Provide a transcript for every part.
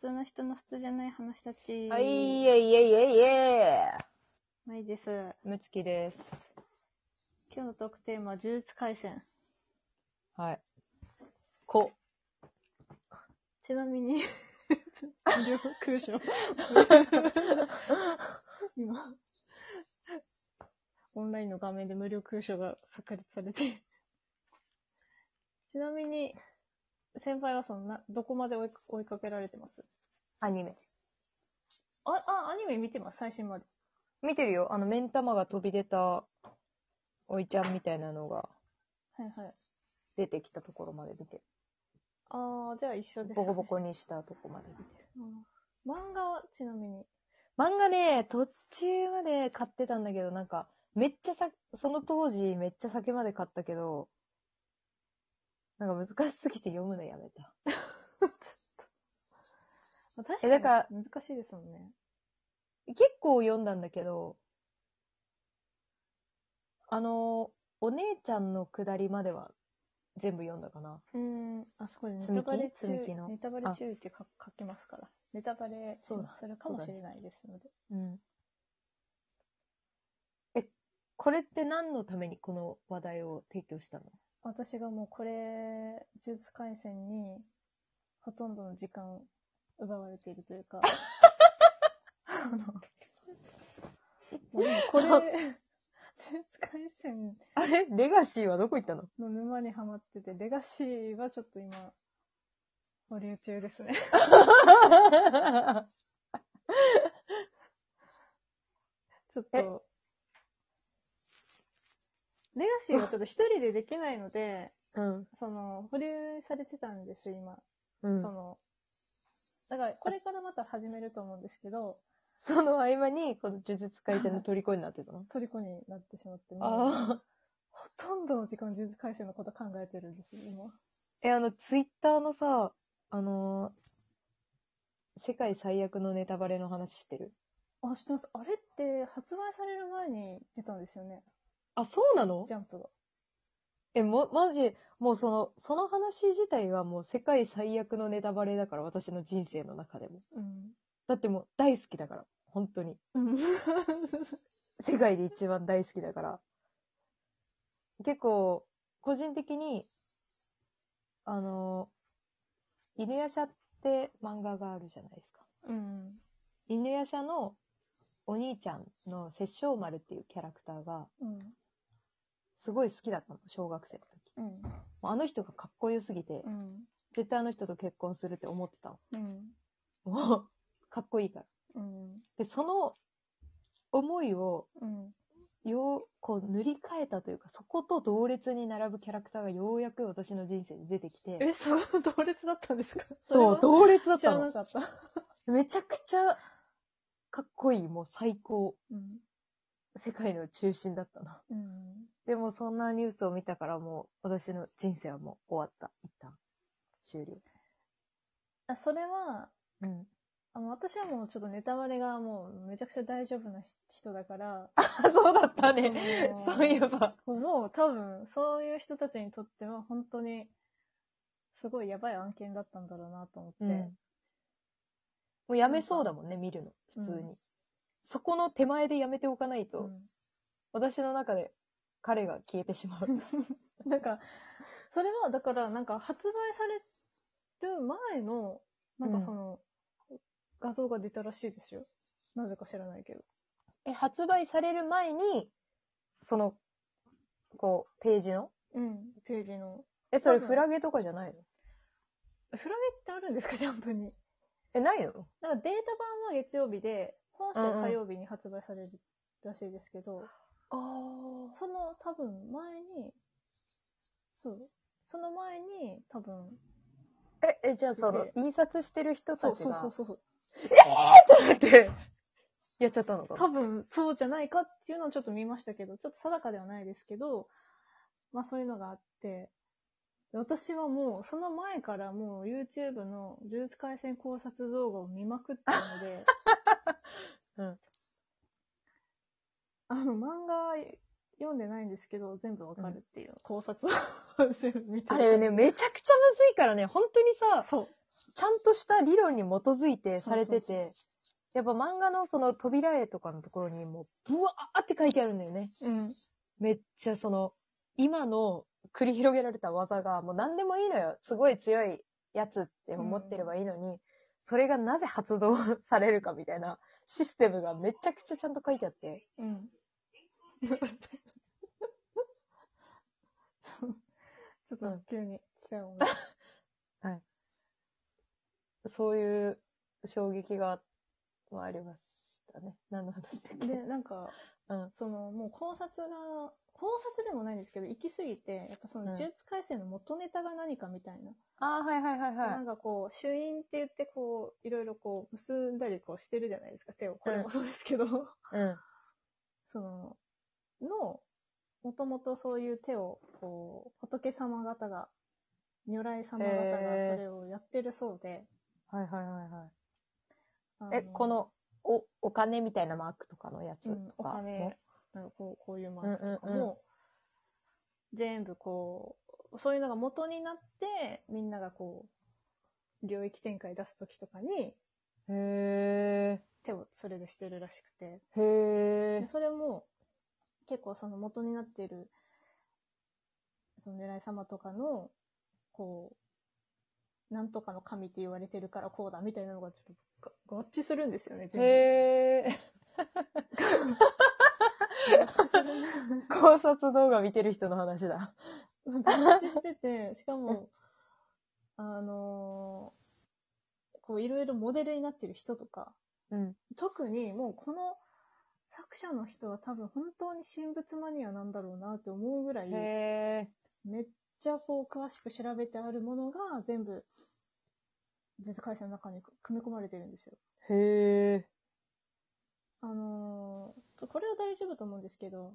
通の人の普通じゃない話たち。はい、いえいえいえいえ。ないです。むつきです。今日のトークテーマは呪術廻戦。はい。こ、ちなみに、 両空所。今、オンラインの画面で無料空所が炸裂されて。ちなみに、先輩はそんな、どこまで追いか追いかけられてます アニメ。あ、あ、アニメ見てます、最新まで。見てるよ。あの、目ん玉が飛び出た、おいちゃんみたいなのがはいはい。出てきたところまで見てあー、じゃあ一緒でる。す、ね。ボコボコにしたとこまで見てる。うん漫画はちなみに。漫画ね、途中まで買ってたんだけど、なんか、めっちゃさ、その当時めっちゃ先まで買ったけど、なんか難しすぎて読むのやめた。まあ確えだかからに難しいですもんね。結構読んだんだけど、あの、お姉ちゃんのくだりまでは全部読んだかな。うん。あ、そこでネ積みタ木バレ注積み木意、のネタバレ注意って書書きますから。ネタバレしそうだするかもしれないですので。うん。え、これって何のためにこの話題を提供したの私がもうこれ、呪術廻戦に、ほとんどの時間奪われているというか。あの、もう今 これ、呪術廻戦あれレガシーはどこ行ったのの沼にはまってて、レガシーはちょっと今、保留中ですね。ちょっえと、レガシーはちょっと一人でできないので、 うん。その、保留されてたんです、今。うんその、だから、これからまた始めると思うんですけど、その合間に、この呪術改善の虜になってたの虜になってしまって、もうああ。ほとんどの時間、呪術改正のこと考えてるんですよ、今。え、あの、ツイッターのさ、あのー世界最悪のネタバレの話してるあ、知ってます。あれって、発売される前に出たんですよね、あ、そうなのジャンプが。え、も、マジ、もうその、その話自体はもう世界最悪のネタバレだから、私の人生の中でも。うん。だってもう大好きだから、本当に。うん。世界で一番大好きだから。結構、個人的に、あの、犬夜叉って漫画があるじゃないですか。うん。犬夜叉のお兄ちゃんの殺生丸っていうキャラクターが、うん。すごい好きだったの、小学生の時。うん。もうあの人がかっこよすぎてう、ん。絶対あの人と結婚するって思ってたの。うん。もう、 かっこいいから。うん。で、その思いを、うん。よう、こう塗り替えたというか、そこと同列に並ぶキャラクターがようやく私の人生に出てきて、え、その 同列だったんですかそう、そ同列れはだっ知たらなの。かった。めちゃくちゃかっこいい、もう最高。うん。世界の中心だったな。うん。でもそんなニュースを見たからもう私の人生はもう終わった。一旦。終了。あ、それは、うん。あの私はもうちょっとネタバレがもうめちゃくちゃ大丈夫なひ人だから、あ、そうだったねね。そ そうういいええば。もう多分そういう人たちにとっては本当にすごいやばい案件だったんだろうなと思って。もうやめそうだもんね、見るの。普通に。うそこの手前でやめておかないと、う私の中で彼が消えてし まう。ん、なんか、それはだからなんか発売される前の、なんかその、画像が出たらしいですよ。なぜか知らないけど。え、発売される前に、その、こう、ページのうん、ページの。え、それ多分フラゲとかじゃないのフラゲってあるんですか、 ジャンプに。え、ないのなんかデータ版は月曜日で、本誌うんうはん火曜日に発売されるらしいですけど、あその多分前に、そう、その前に多分、あ。え、え、じゃあそので、印刷してる人たちそうが、そうそうそう、えー って、やっちゃったのかな多分そうじゃないかっていうのをちょっと見ましたけど、ちょっと定かではないですけど、まあそういうのがあって、で私はもうその前からもう YouTube の呪術廻戦考察動画を見まくってるので、 うんあの漫画読んでないんですけど、全部わかるっていう、考察を 全部見てあるれね、めちゃくちゃむずいからね、本当にさ、そう。ちゃんとした理論に基づいてされてそうそうて、やっぱ漫画のその扉絵とかのところにもう、ブワーって書いてあるんだよね。うん。めっちゃその、今の繰り広げられた技がもう何でもいいのよ。すごい強いやつって思ってればいいのに、それがなぜ発動されるかみたいなシステムがめちゃくちゃちゃんと書いてあって。うん。ちょっと急に来たよね。そういう衝撃が、まあ、ありましたね。何の話だっけ で、なんか、うんその、もう考察が、考察でもないんですけど、行き過ぎて、やっぱその、うん呪術改正の元ネタが何かみたいな。ああ、はいはいはいはなんかこう、朱印って言って、こう、いろいろこう、結んだりこうしてるじゃないですか、手を。これもそうですけど、い。うん。 その、の、もともとそういう手を、こう、仏様方が、如来様方がへそーれをやってるそうで、はいはいはあいはい。え、こ、の、お、お金みたいなマークとかのやつうとかん、お金、なんかこうこういうマうんークうとかも、んうん。全部こう、そういうのが元になって、みんながこう、領域展開出すときとかに、へ手をそれでしてるらしくて、え。へでえ。それも、結構その元になっている、その狙い様とかの、こう、なんとかの神って言われてるからこうだみたいなのがちょっとが合致するんですよね、全へえ。部。合致する考察動画見てる人の話だ。合致してて、 しかも、あのーこういろいろモデルになってる人とか、うん。特にもうこの作者の人は多分本当に神仏マニアなんだろうなって思うぐらい、へえ。めっちゃこう詳しく調べてあるものが全部、術会社の中に組み込まれてるんですよ。へえ。あのーちょこれは大丈夫と思うんですけど、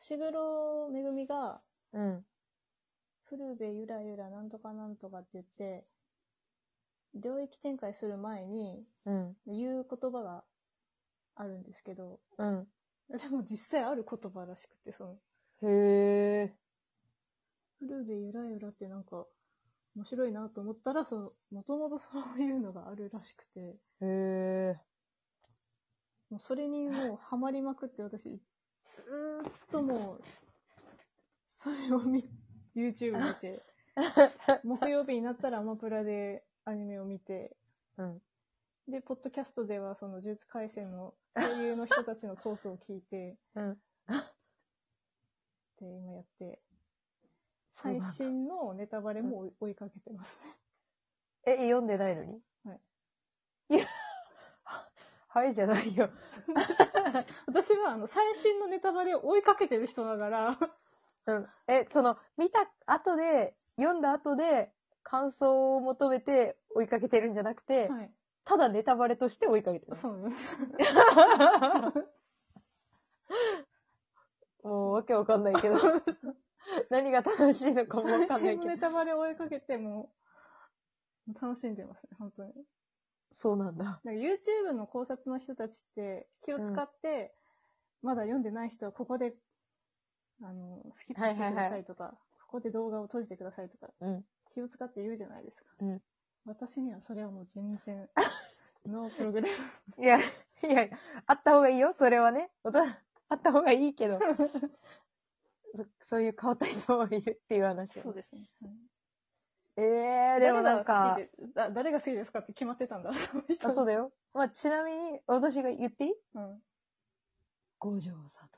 伏黒めぐみが、うん。古部ゆらゆらなんとかなんとかって言って、領域展開する前にうん。言う言葉があるんですけど、うん。でも実際ある言葉らしくて、その、へえ。古部ゆらゆらってなんか面白いなと思ったら、その、もともとそういうのがあるらしくて、へえ。もうそれにもうハマりまくって、私、ずーっともう、それを見、YouTube 見 て、木曜日になったらアマプラでアニメを見て、うん。で、ポッドキャストではその呪術廻戦の声優の人たちのトークを聞いて、うん。で、今やって、そうな最新んだのネタバレも追い追いかけてますね。え、読んでないのにはい。いや、はいじゃないよ。私はあの、最新のネタバレを追いかけてる人だから、うん。え、その、見た後で、読んだ後で、感想を求めて追いかけてるんじゃなくて、はい。ただネタバレとして追いかけてる。そうです。 もうわけわかんないけ ど。何が楽しいのかもわ最かんない新けのどネ。タバレを追いかけても、楽しんでますね、本当に。そうなんだ。なんか YouTube の考察の人たちって気を使って、まだ読んでない人はここで、あの、スキップしてくださいとか、ここで動画を閉じてくださいとか、うん。気を使って言うじゃないですか。うん私にはそれはもう全 然、ノープログラム。いや、いや、あった方がいいよ、それはね。おとあった方がいいけど。そそういう変わった人もいるっていう話。そうですね。ええー、でもなん誰が好か、きでだ誰が好きですかって決まってたんだ、その人あ、そうだよ。まあ、ちなみに、私が言っていい うん。 五条さ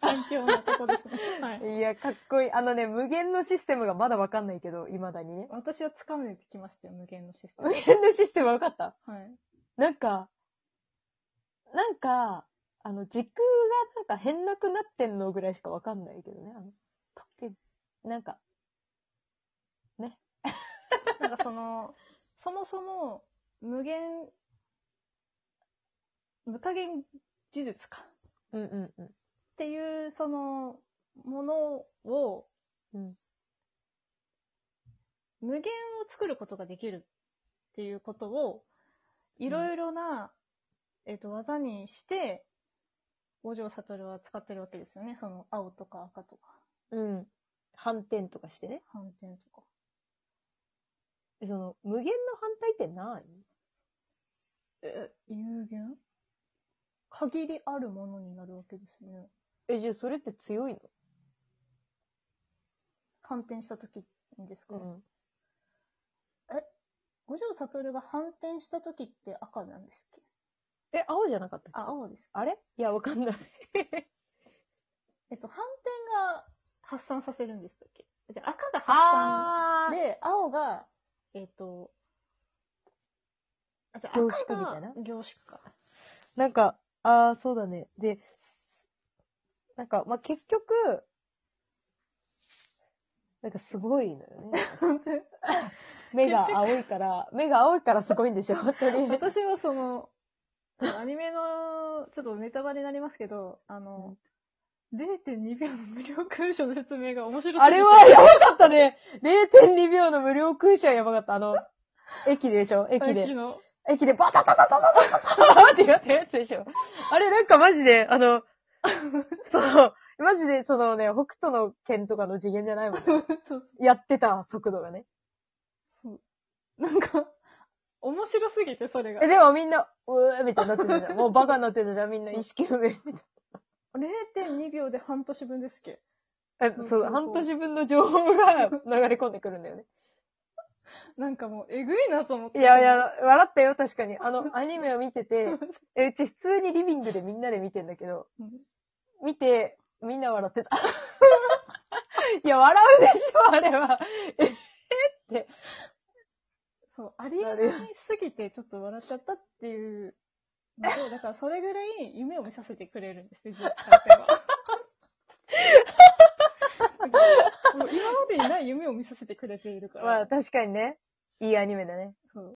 最強なとこですね。はい。いや、かっこいい。あのね、無限のシステムがまだわかんないけど、未だにね。私は掴めてきましたよ、無限のシステム。 無はい。限のシステムわかったなんか、なんか、あの、時空がなんか変なくなってんのぐらいしかわかんないけどね。あの、時計、なんか、なんかその、そもそも、無限、無加減事実か。っうんうんうん。ていう、その、ものを、うん無限を作ることができるっていうことを、いろいろな、えっ、と、技にして、五条悟は使ってるわけですよね。その、青とか赤とか、うん。反転とかしてね。反転とか。えその、無限の反対って何え、有限限りあるものになるわけですよね。え、じゃあそれって強いの反転したときですか、ん。五条悟が反転したときって赤なんですっけえ、青じゃなかったっけあ、青です。あれいや、わかん ない。えっと、反転が発散させるんですっけじゃあ赤が発 散。で、青が、えっと、あ、じゃあ凝赤縮みたいなが凝縮か。なんか、ああ、そうだね。で、なんか、まあ、結局、なんかすごいのよね。本当に目が青いから、目が青いからすごいんでしょとりあえず。 私はその、そのアニメの、ちょっとネタバレになりますけど、あの、0.2秒の無料空所の説明が面白すぎてあれはやばかったね !0.2 秒の無料空車はやばかった。あの、駅でしょ駅で駅。の。駅でバタタタタタタタってやったやつでしょ。あれなんかマジで、あの、そう、マジでそのね、北斗の剣とかの次元じゃないもんね。 そうやってた速度がね。そう。なんか、面白すぎて、それがえ、。でもみんな、うーみたいになってた じゃん。もうバカになってたじゃん、みんな意識不明。 0.2秒で半年分ですっけあそ そうう、半年分の情報が流れ込んでくるんだよね。なんかもう、えぐいなと思って。いやいや、笑ったよ、確かに。あの、アニメを見てて、え、うち普通にリビングでみんなで見てんだけど、うん、見て、みんな笑ってた。 いや、笑うでしょ、あれは。 そう、ありえないすぎて、ちょっと笑っちゃったっていうので、だからそれぐらい夢を見させてくれるんですね、実際 は。もう今までにない夢を見させてくれているから。まあ、確かにね。いいアニメだね。そう